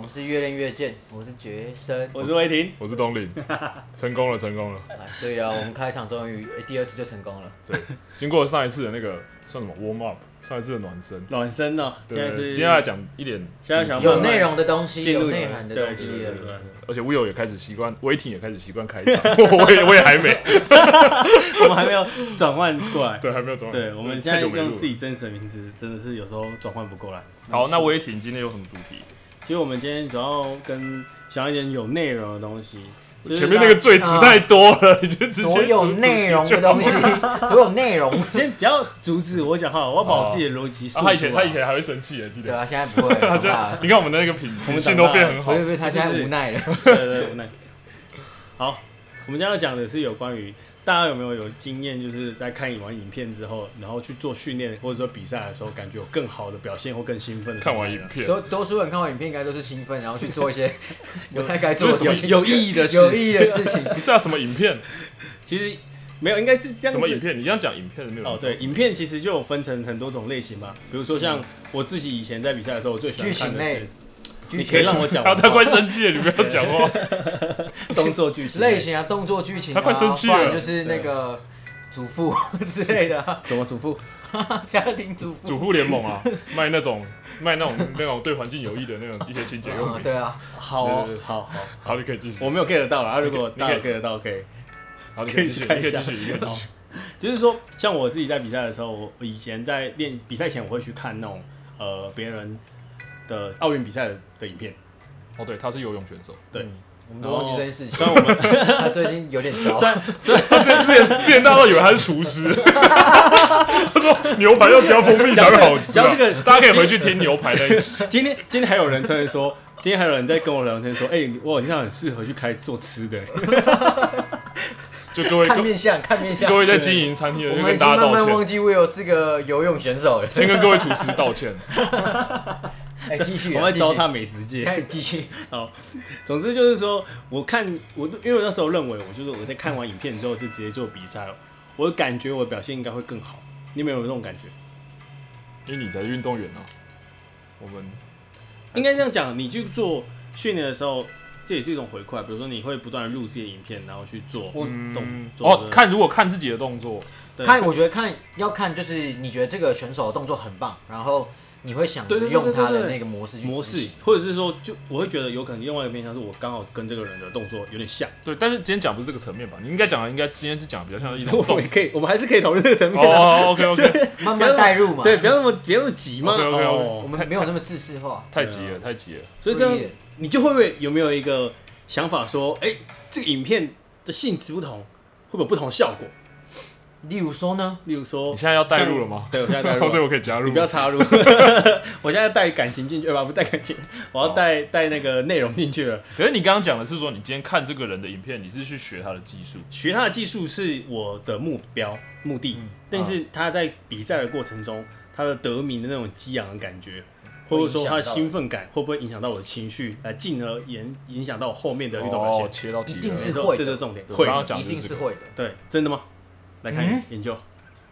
们是越练越健，我是觉生，我是魏婷，我 是东林，成功了，成功了。啊所以啊，我们开场终于、诶第二次就成功了。对，经过上一次的那个算什么 warm up，上一次的暖身，暖身哦，现在对，是接下来讲一点，现在想有内容的东西，啊进入有主内涵的对东对西对了对。对，而且 Will 也开始习惯，威霆也开始习惯开场， 我也我也还没， 对我们还没有转换过来。对，还没有转换。对，我们现太在久没录了用自己真实的名字，真的是有时候转换不过来。好，那威霆今天有什么主题？其实我们今天主要跟想要一点有内容的东西，就是啊前面那个让赘词太多了， 你就直接多有内容的东西， 多有内容。先不要阻止我讲话，我要把我自己的逻辑 说啊出他来。以前他以前还会生气的，记对得。啊，现在不会， 他好现不好在你看我们的那个品我品们性长都大变了很好不是。不是，他现在无奈了。对对对，无奈。好，我们今天要讲的是有关于大家有没有有经验，就是在看完影片之后，然后去做训练或者说比赛的时候，感觉有更好的表现或更兴奋的看状完态影呢片，多多数人看完影片应该都是兴奋，然后去做一些 不太该做的就是事有情，有意义的事。有意义的事情。不是啊，什么影片？其实没有，应该是这样子。什么影片？你这样讲影片的内容哦，对，影片其实就有分成很多种类型嘛，比如说嗯像我自己以前在比赛的时候，我最喜欢剧看的情是类， 你剧可以情让我讲 他完他快生气了，你不要讲话。动作剧 情类，型啊，动作剧情啊，他快生气不然了就是那个祖父 之类的啊，怎么嘱咐？家庭主妇。主妇联盟啊，卖那种卖那种那种对环境有益的那种一些清洁用嗯，品。对啊，好哦对对对好好，好，你可以继续。我没有 get 到啦，啊如果你可以大家有 get 到可以。好，你可以继续，你可可以去看以继一下续，你可以继续。就是说，像我自己在比赛的时候，我我以前在练比赛前，我会去看那种呃别人的奥运比赛的的影片。哦，对，他是游泳选手，对嗯我们都忘记这件事情。哦虽然我们 他最近有点糟虽，然虽然他之前之前之前大家都以为他是厨师， 他说牛排要加蜂蜜才会好吃啊讲。这个大家可以回去听牛排那一期，今天今天还有人突然说，今天还有人在跟我聊天说，哎、我好像很适合去开做吃 的、就各位看各面相，看面相。各我位在经营餐厅的就们跟已经大慢家道慢忘歉，记 Will 是个游泳选手了。 先跟各位厨师道歉。哎，继续啊，我们继续在 糟蹋，美食界。开始继续。总之就是说，我看我因为我那时候认为，我就是我在看完影片之后就直接做比赛了，我感觉我表现应该会更好。你们有没有这种感觉？因为你才是运动员啊，我们应该这样讲，你去做训练的时候，这也是一种回馈。啊比如说，你会不断地录自己的影片，然后去做动嗯作。哦，看如果看自己的动作，对看，我觉得看要看就是你觉得这个选手的动作很棒，然后你会想着对对对用他对的对那个模式去模执式行，，或者是说，就我会觉得有可能另外一个面向是我刚好跟这个人的动作有点像。对，但是今天讲不是这个层面吧？你应该讲的应该今天是讲比较像一种 我动们也可以，我们还是可以讨论这个层哦面 啊。哦，OK OK，慢慢带入嘛。对，，不要那么别那么急嘛。 OK，OK，OK 我哦们没有那么自私化。太急了，太急了。所以这故意样的你就会不会有没有一个想法说，哎，这个影片的性质不同，会不会有不同的效果？例如说呢，例如说，你现在要带入了吗像对，我 现在带入了。所以我可以加入啊你不要插入， 我现在带感情进去，呃，不不带感情，我要哦带带那个内容进去了。可是你刚刚讲的是说，你今天看这个人的影片，你是去学他的技术，学他的技术是我的目标目的，但是他在比赛的过程中，他的得名的那种激昂的感觉，或者说他的兴奋感，会不会影响到我的情绪，来进而影影响到我后面的运动表现？哦切到题一定了是没错会的这就是重点。对会刚的，刚讲一的就是定是这个会的。对，真的吗？来看嗯研究，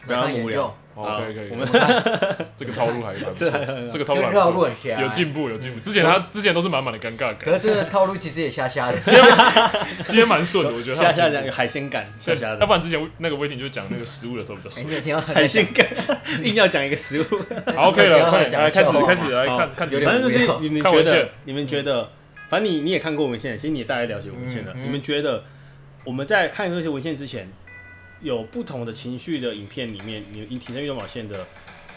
不来要看研无究聊。，哦可以可以，我可以们这个套路还蛮不错，这个套因为路还不绕路错，很狭隘有进步有进步。之前他之前都是满满的尴尬可感，是这个套路其实也瞎 瞎的，今天蛮顺的，我觉得他下有进下步讲有海鲜感，下对下要的不然之前那个威霆就讲那个食物的时候比较哎 顺。你有听到他海在鲜感，硬要讲一个食物。好，OK 你有听了，到他哎快点讲来开始笑话吗开始来好看看有点反正就是无聊你们看觉文献得，你们觉得，反正你你也看过文献，其实你也大概了解文献了。嗯嗯你们觉得我们在看这些文献之前，有不同的情绪的影片里面，你你提升运动表现的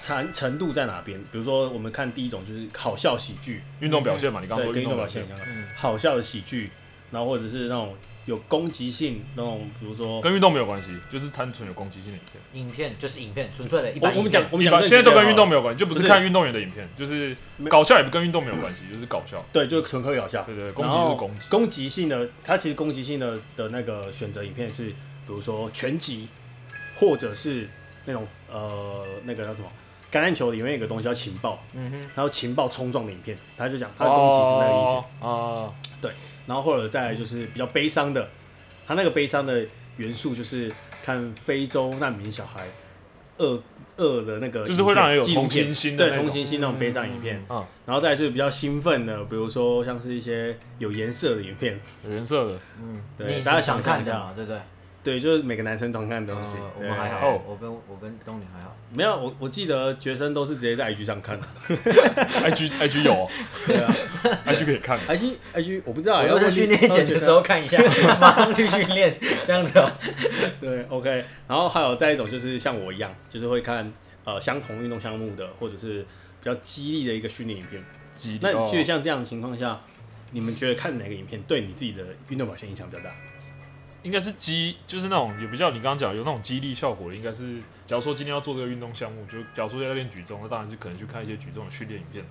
程程度在哪边？比如说，我们看第一种就是好笑喜剧，运动表现嘛，你刚对，刚说跟运运动动表表现现一，样，嗯好笑的喜剧，然后或者是那种有攻击性那种，比如说。跟运动没有关系，就是单纯有攻击性的影片。影片就是影片，纯粹的一我般我们讲，我们一讲般正现在都经的跟运动哦没有关系，就不不是是看运动员的影片，就是没搞笑也不跟运动没有关系，就是搞笑。对，就是纯科搞笑。对对，攻然击就后是攻击。攻击性的，它其实攻击性的的那个选择影片是，比如说拳击，或者是那种呃那个叫什么橄榄球里面有个东西叫情报，嗯哼，然后情报冲撞的影片，他就讲他的攻击是那个意思。思啊。然后或者再来就是比较悲伤的，他那个悲伤的元素就是看非洲难民小孩恶恶的那个，就是会让人有同情心的对那种同情心那种悲伤影片。嗯嗯然后再来就是比较兴奋的，比如说像是一些有颜色的影片，有颜色的，嗯，对你大家想想看一下的，对不对？对，就是每个男生都看的东西呃。我对们还好哦，我跟我跟东尼还好。没有我我记得学生都是直接在 IG 上看 的 IG IG 有、哦，对啊 IG 可以 看， ，IG IG 我不啊知道，我要都问是你哦训练前的时候，看一下， 马上去训练，这 样子哦。对，OK。然后还有再一种就是像我一样，就是会看呃相同运动项目的，或者是比较激励的一个训练影片。激那你觉得哦像这样的情况下，你们觉得看哪个影片对你自己的运动表现影响比较大？应该是激，就是那种也比较你刚刚讲有那种激励效果的，应该是假如说今天要做这个运动项目，就假如说要练举重，那当然是可能去看一些举重的训练影片。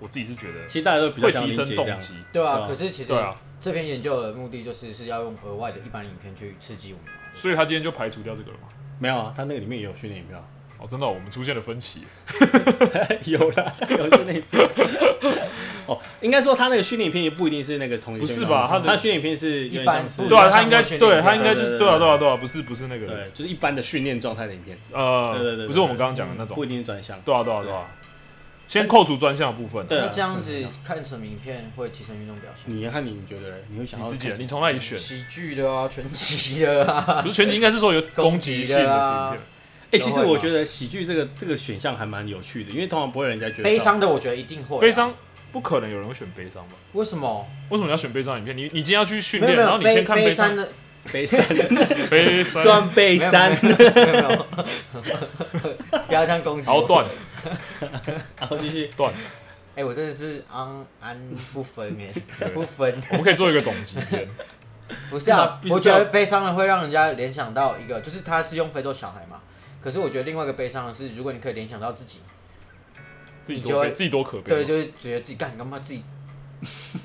我自己是觉得其实大家都比较会想要提理升解这动样。机，对对啊，啊可是其实对啊，这篇研究的目的就是是要用额外的一般影片去刺激我们嘛。所以他今天就排除掉这个了嘛。没有啊，他那个里面也有训练影片啊，哦，真的哦、我们出现了分歧。 有啦，他有训练影片。 哦，应该说他那个训练影片也不一定是那个同一个不是项目吧他的他的训练影片是有点像是一般对啊，不他应该像训练对一样他应该就是对对对对啊，对啊，对啊，不是不是那个人，对，就是一般的训练状态的影片，呃，对对对，不是我们刚刚讲的那不种。一定是专项。对啊，对啊，对啊。先扣除专项的部分，对啊那这样子看什么影片会提升运动表现？你看你觉得嘞，你会想你要自己看的什你么从哪里选？喜剧的啊，拳击的啊，不是全集应该是说有攻击性的影片，哎、其实都会我吧觉得喜剧这个这个选项还蛮有趣的，因为通常不会让人家觉得悲伤的我觉得一定会啊。啊悲伤不可能有人会选悲伤吧？为什么？为什么你要选悲伤影片？你你今天要去训没有练，没然后有你先看悲伤伤，的悲 伤悲伤，断悲伤没，有没有没有没有， 不要这样攻击然后我。断然后继续断，哎、我真的是安安不分哎，不分。我们可以做一个总结。不是啊，至少我觉得悲伤的会让人家联想到一个，就是他是用非洲小孩嘛。可是我觉得另外一个悲伤的是，如果你可以联想到自己，自己你就多会悲，自己多可悲。对，就是觉得自己干，你干嘛自己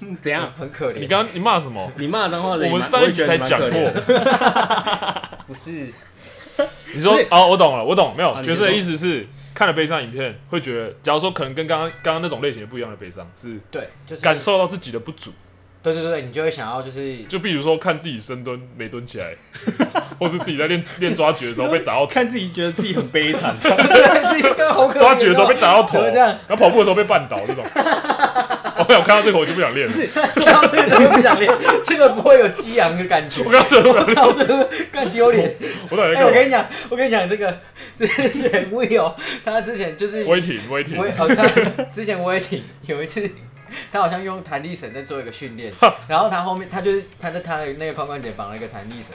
嗯怎样？很可你怜。刚刚你骂什么？你骂脏话的我也蛮，们上一集才讲我也觉得过你蛮可怜的，不是，你说不是哦，我懂了，我懂，没有啊，你角色的先说意思是看了悲伤影片，会觉得，假如说可能跟刚刚刚刚那种类型的不一样的悲伤，是对，就是感。受到自己的不足，对对对，你就会想要就是就比如说看自己深蹲没蹲起来， 或是自己在练练抓举的时候被砸 到头， 看自己觉得自己很悲惨，自 己干嘛好可怜哦抓举的时候被砸到头，怎么这样然后跑步的时候被绊倒这种。 哦我想看到这个我就不想练了，到这个怎么不想练？这个不会有激昂的感 觉。我刚刚我靠，这个更丢脸。我等哎、下我看跟你讲，我跟你讲，这个之前 Will 他之前就是威霆威霆 我，也哦，他之前我也挺有一次，他好像用弹力绳在做一个训练，然后他后面他就是他在他的那个髋关节绑了一个弹力绳。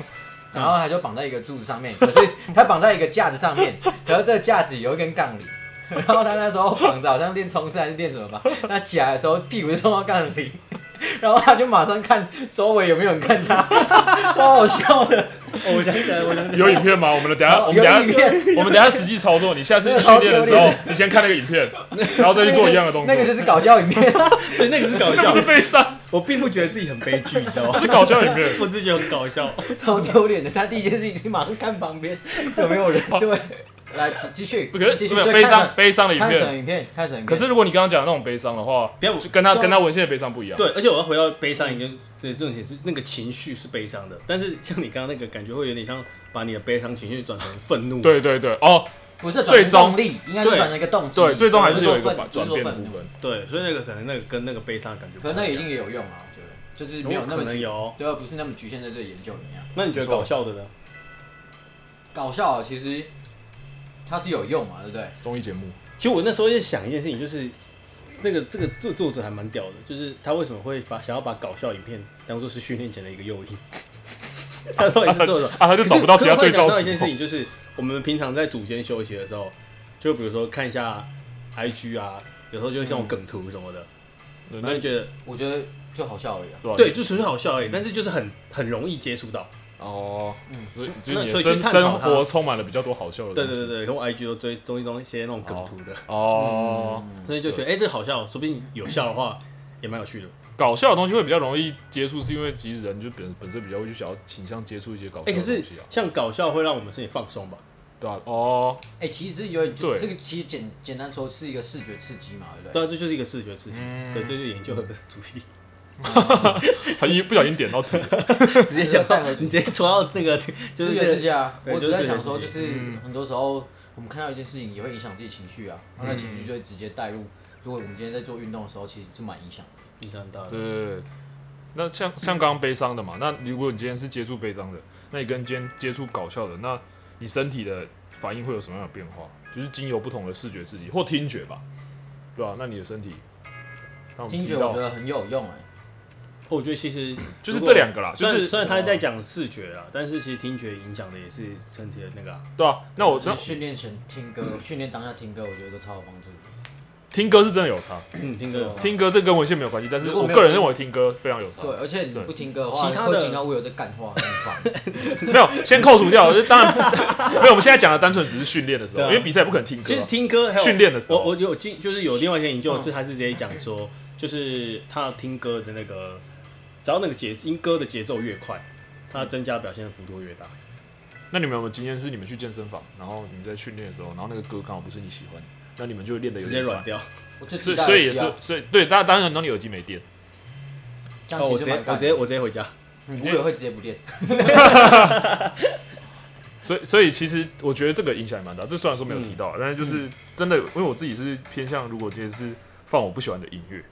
然后他就绑在一个柱子上面，可是他绑在一个架子上面，然后这个架子有一根杠铃，然后他那时候绑着好像练冲刺还是练什么吧，他起来的时候屁股就撞到杠铃，然后他就马上看周围有没有人看他， 超好笑的， 哦我想起来，我想起来，有影片吗？我们的等下我有们等影下片。 我们等下实际操作，你下次训练的那个超时丢候脸，你先看那个影片，然后再去做一样的动作那个。就是搞笑影片，对，那个是搞那笑不是，悲伤， 我并不觉得自己很悲剧，你知道吗那？是搞笑影片。 我自己觉得很搞笑，超嗯丢脸的。他第一件事情是马上看旁 边有没有人， 对，来继续，可是继续没有所以悲看伤悲伤的影看片。整影片，看整影片。可是如果你刚刚讲的那种悲伤的话，不要就跟他对啊跟他文献的悲伤不一样。对，而且我要回到悲伤一个这这种也是那个情绪是悲伤的，但是像你刚刚那个感觉会有点像把你的悲伤情绪转成愤怒，，对对对，哦，不是转最成终动力，应该是对转成一个动机。对，最终还是不有说一个愤把不转是说变的愤部怒。分。对，所以那个可能那个跟那个悲伤的感觉不可太能那样，一定也有用啊，我觉得就是没有那哦可么能有。对啊，不是那么局限在这个研究里面啊。那你觉得搞笑的呢？搞笑其实它是有用嘛，对不对？综艺节目，其实我那时候在想一件事情，就是那个这个作作者还蛮屌的，就是他为什么会把想要把搞笑影片当做是训练前的一个诱 因？他到底是做什么？啊，他就可是找不到其他对可照是我突然想到一组件事情，就是我们平常在组间休息的时候，就比如说看一下 IG 啊，有时候就会像我梗图什么嗯的，对然后就觉得嗯我觉得就好笑而已啊。那对，就纯粹好笑而已，但是就是很很容易接触到。哦，嗯所以就是你所以去的生探讨生它活充满了比较多好笑的东对西。对对对，跟我 IG 都追踪一踪一些那种梗图的，哦，所以就觉得哎、这好笑，说不定有笑的话也蛮有趣的。搞笑的东西会比较容易接触，是因为其实人就本本身比较会去想要倾向接触一些搞笑哎、的可东是西啊，像搞笑会让我们身体放松吧？对啊，哦，哎，其实这有点就对这个其实简简单说是一个视觉刺激嘛，对不对对？啊，这就是一个视觉刺激，嗯对，这就是研究的主题。 他一不小心点到题，直接讲带 到回去你直接戳到那个，就是视觉这个刺激啊！对我只就是在视觉想说，就刺是很多时候我们看到一件事情也会影响我们自己情绪啊，嗯然后那情绪就会直接带入。如果我们今天在做运动的时候，其实是蛮影响的。影响很大的。对对对。那像像刚刚悲伤的嘛，那如果你今天是接触悲伤的，那你跟今天接触搞笑的，那你身体的反应会有什么样的变化？就是经由不同的视觉刺激或听觉吧，对吧、那你的身体，那我们听觉提到我觉得很有用哎、我觉得其实就是这两个啦，就虽然是虽然他在讲视觉啊，但是其实听觉影响的也是身体的那个啊、对啊。那我其那实训练前听嗯歌，训练当下听歌，我觉得都超有帮助。听歌是真的有差，嗯，听歌听歌这跟文献没有关系，但是如果我没有个人听认为听歌非常有差。对，而且你不听歌的话，其他的会听到我有的干话，很 烦。没有，先扣除掉，当然 没有。我们现在讲的单纯只是训练的时候，对啊因为比赛也不可能听歌其啊、实听歌还有训练的时候嗯我我有进，就是有另外一些研究是，他是直接讲说，就是他听歌的那个，只要那个节音歌的节奏越快，他增加表现的幅度越大。那你们有没有经验是你们去健身房，然后你们在训练的时候，然后那个歌刚好不是你喜欢，那你们就会练得有直接点软烦。掉。我就所自以带所以也耳机是啊，所以对，当当然，当你耳机没电，这哦，样我其实直接蛮我干直接的。我直接回家。我也会直接不练。所以所以其实我觉得这个影响也蛮大。这虽然说没有提到，但是嗯就是真的，因为我自己是偏向，如果今天是放我不喜欢的音乐，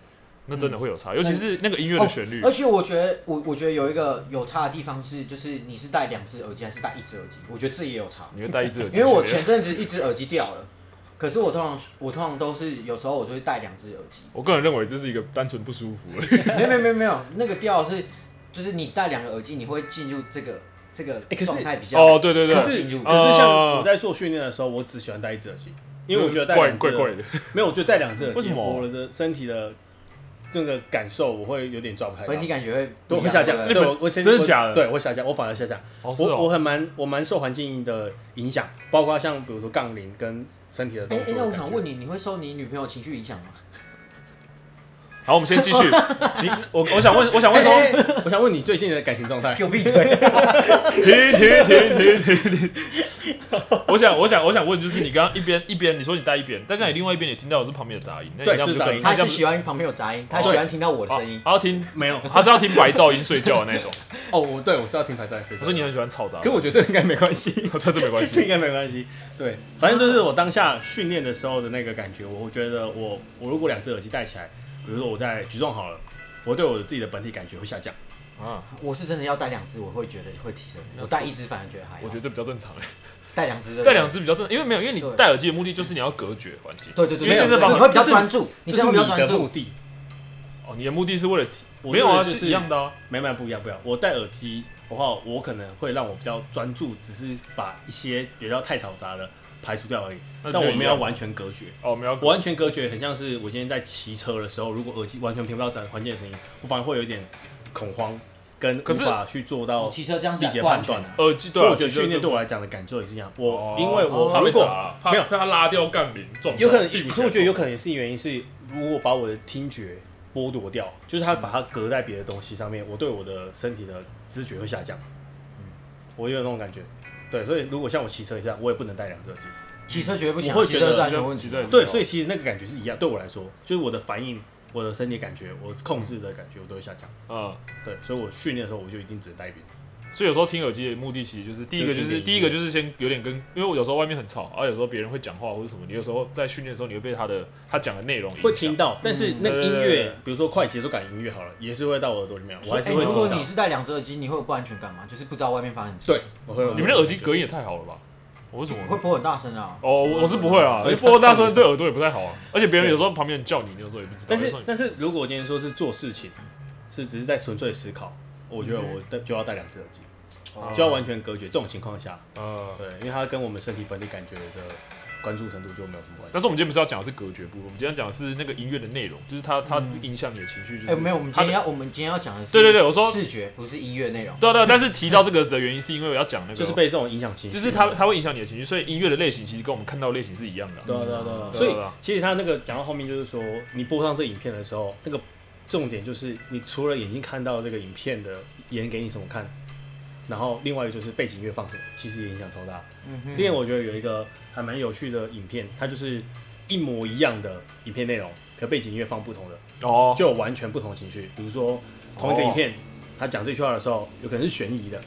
那真的会有嗯差，尤其是那个音乐的旋律哦而。且我觉得，我我觉得有一个有差的地方是，就是你是戴两只耳机还是戴一只耳机，我觉得这也有差。你会戴一只耳机因去为练，我前阵子一只耳机掉了，可是我通常我通常都是有时候我就会戴两只耳机。我个人认为这是一个单纯不舒服而 已。没有没有没有没有，那个掉是就是你戴两个耳机，你会进入这个这个欸可是状态比较。哦，对对对，可是可进入是像哦我在做训练的时候，我只喜欢戴一只耳机，因为我觉得戴怪两只怪耳怪的， 没有，我就戴两只耳为机，什么我的身体的那个感受我会有点抓不开它。本体感觉会都会下降，不一对，样我我真真的假的对，我下降，我反而下降。哦是我我哦，很蛮我蛮受环境的影响，包括像比如说杠铃跟身体的哎动哎，作。那我想问，你，你会受你女朋友情绪影 响吗？好，我们先继续。你我我想问，我想问说，哎哎我想问你最近的感情 状态给我闭嘴！停停停停停停！我想，我想，我想问，就是你刚刚一边一边，你说你带一边，但是你另外一边也听到的是旁边的杂音，那你对这样就是就杂可音以， 她那这就样喜欢旁边有杂音，她喜欢听到我的声音。他要听，没有？他是要听白噪音睡觉的那种。哦，我对我是要听牌在睡我觉。说你很喜欢吵杂，可我觉得这应该没关系， 这这没关 这应系。该没关系。对，反正就是我当下训练的时候的那个感觉，我觉得我我如果两只耳机戴起来，比如说我在举重好了，我对我自己的本体感觉会下降。啊，我是真的要带两只，我会觉得会提升。我带一只反而觉得还好，我觉得这比较正常，带两只，戴两，只比较正，因为没有，因为你对戴耳机的目的就是你要隔绝环境。对对对，因为健身对房你会比较这是专注，你这这是样你比较专的目注。的，哦，你的目的是为了提，我没有啊，这个就是一样的啊。没有没有不一样不一样。我戴耳机的话，我可能会让我比较专注，只是把一些比较太嘈杂的排除掉而已。那但就一样我们要完全隔绝，哦，我们要我完全隔绝，很像是我今天在骑车的时候，如果耳机完全听不到整个环境的声音，我反而会有点恐慌，跟无可是法去做到我骑车这样子细节判断啊。耳机，所以对啊，我觉得训练对我我来讲的感受也是一样。我因为我怕哦被如果砸啊哦怕没有怕他拉掉杠铃，撞到有可能，可是我觉得有可能也是原因是，如果把我的听觉剥夺掉，就是他把它隔在别的东西上面，我对我的身体的知觉会下降。嗯我有那种感觉。对，所以如果像我骑车一样，我也不能戴两只耳机。骑车绝对不行啊我，会骑觉车得是安全问题。骑车对，哦所以其实那个感觉是一样，对我来说，就是我的反应、我的身体感觉、我控制的感觉，我都会下降。嗯。对，所以我训练的时候，我就一定只能戴一边。所以有时候听耳机的目的其实就是第一个就就听是音乐第一个就是先有点跟，因为我有时候外面很吵，而、啊、有时候别人会讲话或者什么，你有时候在训练的时候你会被他的他讲的内容会影响听。到，但是那个音对对乐对，比如说快节奏感音乐好了，也是会到我耳朵里面，我还是哎会如听果到你。是戴两只耳机，你会有不安全感吗？就是不知道外面发生什么事。对，我会有。你们的耳机隔音也太好了吧？我是怎么会播很大声啊。哦，我我是不会啊，因为播大声对耳朵也不太好啊，而且别人有时候旁边叫你，你有时候也不知道。但有是时候你但是如果我今天说是做事情，是只是在纯粹思考，我嗯觉得我戴就要戴两只耳机，哦就要完全隔绝。这种情况下，啊呃，对，因为它跟我们身体本体感觉的关注程度就没有什么关系。但是我们今天不是要讲的是隔绝部分，我们今天讲的是那个音乐的内容，就是它它是影响你的情绪，就是哎，没有，我们今它天的要我们今天要讲的是，对对对我说视觉不是音乐内容。对啊对啊，但是提到这个的原因是因为我要讲那个，哦就是被这种影响情绪，就是它它会影响你的情绪，所以音乐的类型其实跟我们看到的类型是一样的啊、对啊对啊对啊嗯。所以对啊其实他那个讲到后面就是说，你播上这影片的时候，那个重点就是你除了眼睛看到这个影片的演给你什么看，然后另外一个就是背景音乐放什么，其实也影响超大。嗯之前我觉得有一个还蛮有趣的影片，它就是一模一样的影片内容，可背景音乐放不同的，哦，就有完全不同的情绪。比如说同一个影片，他讲这句话的时候，有可能是悬疑的，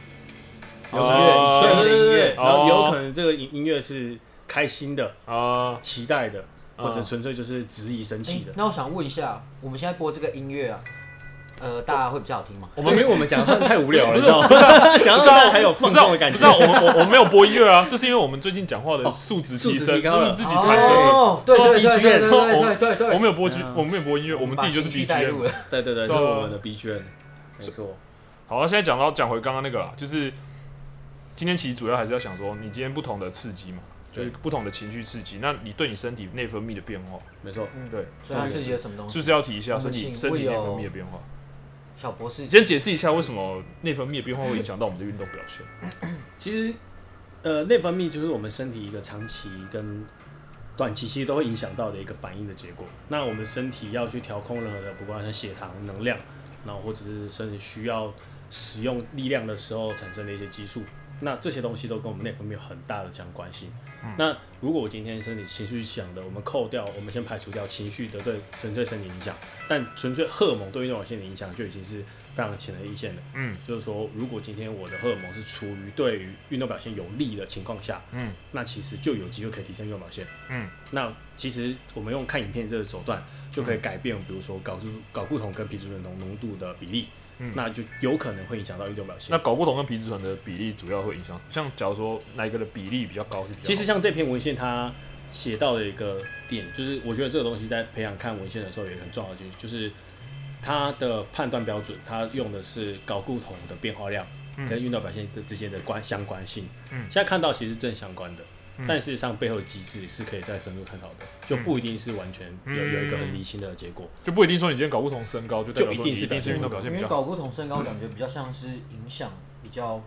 有可能哦是悬疑的音乐，哦然后也有可能这个音音乐是开心的、啊，期待的，或者嗯纯粹就是质疑、生气的。那我想问一下，我们现在播这个音乐啊，呃，大家会比较好听吗？我们因为我们讲的太无聊了，不你是知道吗？想不要是啊大家还有放松的感不觉。是啊，我们我我们没有播音乐啊，这是因为我们最近讲话的素质素提质升，提高了就是自己产生的。哦，对对对对对然后我对对对对，哦我没有播 G，嗯我们没有播音乐，我们自己就是把情绪带 BGM 入。了。对对对，就对啊是我们的 B 卷，没错。好，那现在讲到讲回刚刚那个啦，就是今天其实主要还是要想说，你今天不同的刺激嘛，就是不同的情绪刺激，那你对你身体内分泌的变化，没错，对，所以啊他自己有什么东是西？不是要提一下我身们体请身体内 Will 分泌的变化？小博士你，先解释一下为什么内分泌的变化会影响到我们的运动表现？其实呃，内分泌就是我们身体一个长期跟短期其实都会影响到的一个反应的结果。那我们身体要去调控任何的，不管是血糖、能量，然后或者是身体需要使用力量的时候产生的一些激素，那这些东西都跟我们内分泌有很大的相关性。那如果我今天身体情绪想的，我们扣掉，我们先排除掉情绪的对纯粹身体影响，但纯粹荷尔蒙对运动表现的影响就已经是非常显而易见的。嗯，就是说，如果今天我的荷尔蒙是处于对于运动表现有利的情况下，嗯，那其实就有机会可以提升运动表现。嗯，那其实我们用看影片这个手段就可以改变，比如说睾固睾固酮跟皮质醇浓浓度的比例，嗯那就有可能会影响到运动表现那。睾固酮跟皮质醇的比例主要会影响，像假如说哪一个的比例比较高是比较好？其实像这篇文献它写到的一个点，就是我觉得这个东西在培养看文献的时候也很重要的，就是就是它的判断标准，它用的是睾固酮的变化量跟运动表现的之间的关相关性。嗯现在看到其实正相关的。嗯但事实上，背后的机制是可以再深入探讨的，就不一定是完全嗯有有一个很理性的结果。就不一定说你今天睾固酮升高就代就表一说定你是一定是运动表因现比为较好。搞固酮身高感觉比较像是影响比较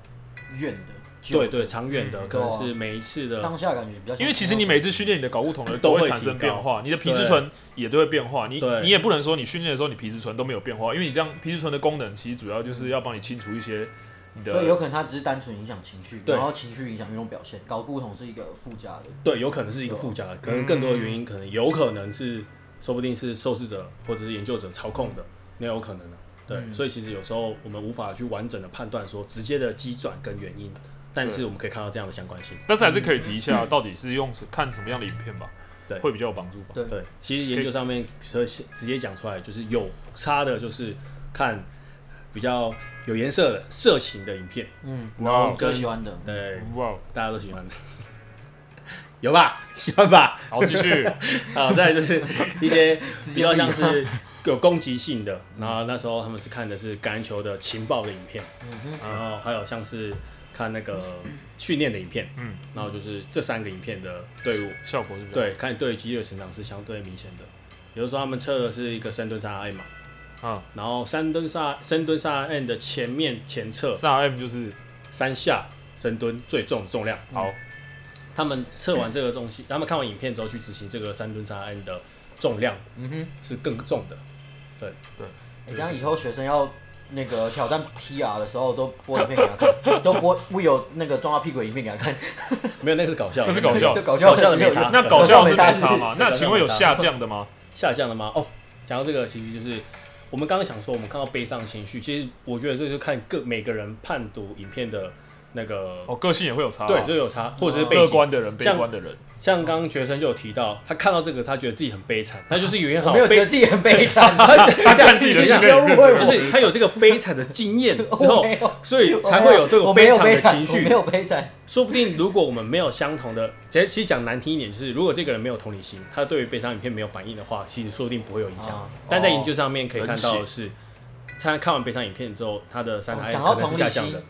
远的，久对的对，长远的可能是每一次的当下感觉比较像。因为其实你每次训练，你的睾固酮都会产生变化，你的皮质醇也都会变化。你对你也不能说你训练的时候你皮质醇都没有变化，因为你这样皮质醇的功能其实主要就是要帮你清除一些你所以有的。可能它只是单纯影响情绪，对然后情绪影响运动表现，搞不同是一个附加的。对，有可能是一个附加的，可能更多的原因，可能有可能是，说不定是受试者或者是研究者操控的，那有可能的、对，所以其实有时候我们无法去完整的判断说直接的机转跟原因，但是我们可以看到这样的相关性。但是还是可以提一下，到底是用看什么样的影片吧，对会比较有帮助吧。对对，其实研究上面直接直接讲出来，就是有差的，就是看比较有颜色的色情的影片，嗯，然后最跟喜欢的。对哇，大家都喜欢 的，有吧？喜欢吧？好，继续。 啊，再来就是一 些直接比较不一像样是有攻击性的，然后那时候他们是看的是橄榄球的情报的影片，然后还有像是看那个训练的影片，嗯，然后就是这三个影片的队伍，效果是比较对，看对肌肉成长是相对明显的。比如说他们测的是一个深蹲三 RM 嘛，啊，然后三蹲三深蹲三 RM 的前面前侧三 RM 就是三下深蹲最重重量，好，他们测完这个东西，他们看完影片之后去执行这个三吨三 N 的重量，嗯哼，是更重的。你哎这样以后学生要那个挑战 PR 的时候，都播影片给他 看，都播不有那个撞到屁股的影片给他看，没有，那个是搞笑的，那是搞笑 都搞笑搞笑的没差那搞笑没是没差差嘛？那请问有下降的吗？下降了吗？哦，讲到这个，其实就是我们刚刚想说，我们看到悲伤情绪，其实我觉得这就看各每个人判读影片的那个，哦，个性也会有差啊。对，这有差，或者是背乐景。观的人、悲像观的人，像刚刚学生就有提到，他看到这个，他觉得自己很悲惨，他就是有一天我哦好 没有觉悲得自己很悲惨。他 他看自己的训练不影要片误会我就，是他有这个悲惨的经验之我 哦后没有，所以 才会有这我种没悲有惨的悲惨情我绪没。有悲惨。说不定如果我们没有相同的，其实其实讲难听一点，就是如果这个人没有同理心，他对于悲伤影片没有反应的话，其实说不定不会有影响。啊但在研究上面可以看到人的是，他看完悲伤影片之后，他的三哦癌讲到哎可能是同下理降心的。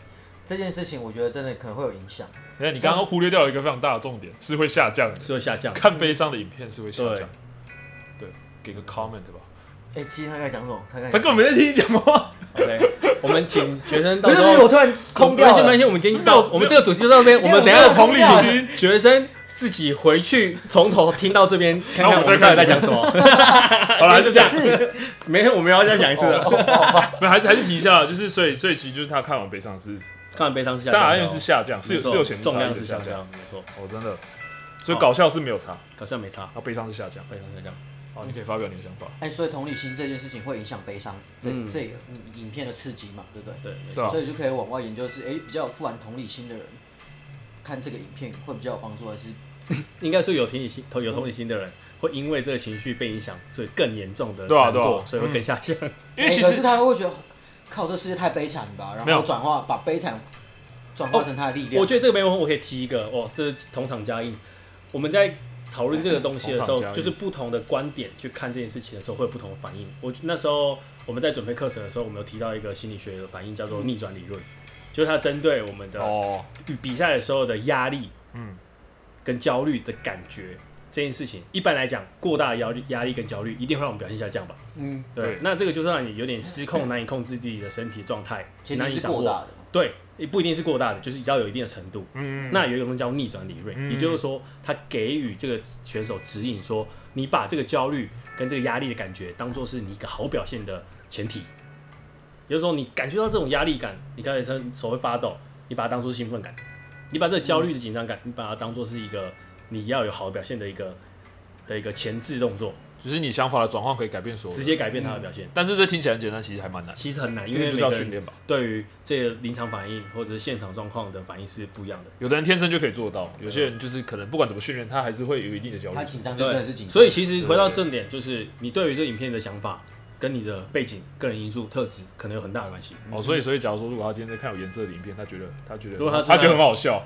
这件事情我觉得真的可能会有影响，你看你刚刚忽略掉了一个非常大的重点，是会下降的。是会下降的。看悲伤的影片是会下降。对，给个 comment 吧。哎、其实他刚才讲什么？他刚他才根本没在听你讲话。 OK，我们请学生到不时是不是，我候突然空掉没关系没了关。系，我们今天就到我们这个主题就到这边，我没有们等一下没有同理空心，学生自己回去从头听到这边，看看然后我我们们到底在再开讲始什么。 好了，就这样。是，没有，我们要再讲一次了。哦没有，还是还是提一下，就是所以所以其实就是他看完悲伤是，看完悲伤是下当降的然哦，是下降，是有没错是有显著重量差异是的下下降，没错，哦，真的。所以搞笑是没有差，好像没差，那悲伤是下降。悲伤下降。好，你可以发表你的想法。哎、所以同理心这件事情会影响悲伤，这、嗯这个影影片的刺激嘛，对不对？对，没对啊错。所以就可以往外研究是，哎、比较富含同理心的人看这个影片会比较有帮助，还是应该说有同理心、有同理心的人，会因为这个情绪被影响，所以更严重的对啊难对啊过，所以会更下降。因为其哎可是实他会觉得，靠，这世界太悲惨了吧，然没有哦后转化把悲惨转化成他的力量。 我觉得这个没问题，我可以提一个哦，这是同场加映。我们在讨论这个东西的时同候场加，映就是不同的观点去看这件事情的时候，会有不同的反应。我那时候我们在准备课程的时候，我们有提到一个心理学的反应，叫做逆转理论，就是它针对我们的嗯哦，与比赛的时候的压力，嗯嗯，跟焦虑的感觉这件事情，一般来讲，过大的压力、压力跟焦虑一定会让我们表现下降吧？嗯，对，对那这个就是让你有点失控，难以控制自己的身体状态，前难提以是掌过握。大的，对，也不一定是过大的，就是只要有一定的程度。嗯，那有一个东西叫逆转理论，嗯也就是说，他给予这个选手指引说，你把这个焦虑跟这个压力的感觉当做是你一个好表现的前提。也就是说，你感觉到这种压力感，你开始手会发抖，你把它当做兴奋感，你把这个焦虑的紧张感，你把它当做是一个你要有好表现的一个的一个前置动作，就是你想法的转换可以改变所有直的。接改变他的表现。但是这听起来很简单，其实还蛮难，其实很难，因因为为就每是要个训人练吧。对于这个临场反应或者是现场状况的反应是不一样的。有的人天生就可以做啊到，有些人就是可能不管怎么训练，他还是会有一定的焦虑他。紧张就真的是紧张。所以其实回到正点，就是你对于这影片的想法，跟你的背景、个人因素、特质，可能有很大的关系。哦，所以所以假如说，如果他今天在看有颜色的影片，他觉得他觉得如果他他觉得很 好笑，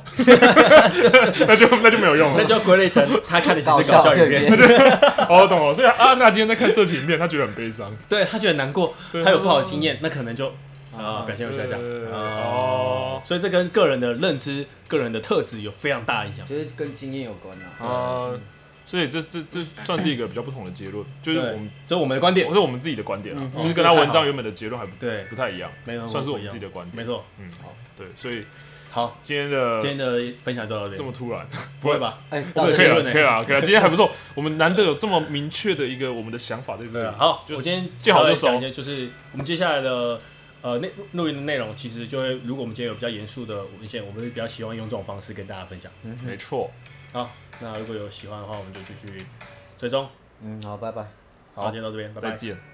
那就那就没有用那了。就归类成他看的其实是搞搞笑笑影片片， 哦，我懂了。所以阿娜今天在看色情影片，他觉得很悲伤。对他觉得难过，对他有不好的经验，那可能就啊啊表现会下降。哦所以这跟个人的认知、个人的特质有非常大的影响。就是跟经验有关啊。啊，所以这这这算是一个比较不同的结论，就是我们哦这是我们的观点我，是我们自己的观点啦，嗯就是跟他文这个太章好原本的结论还不对，不太一样，没错，算是我不一样们自己的观没点。错。嗯，好，对，所以好，今天的今天的分享就到这这里，么突然，不会吧？哎，我到有底可以结了，论呢可以了，可以了，今天还不错，我们难得有这么明确的一个我们的想法在这对里啊，。好，嗯就我今天见好就收稍微讲一些就是我们接下来的呃内录音的内容，其实就会如果我们今天有比较严肃的文献，我们会比较喜欢用这种方式跟大家分享。没错，好，那如果有喜欢的话，我们就继续追踪。嗯，好，拜拜。好，今天到这边，拜再拜。见。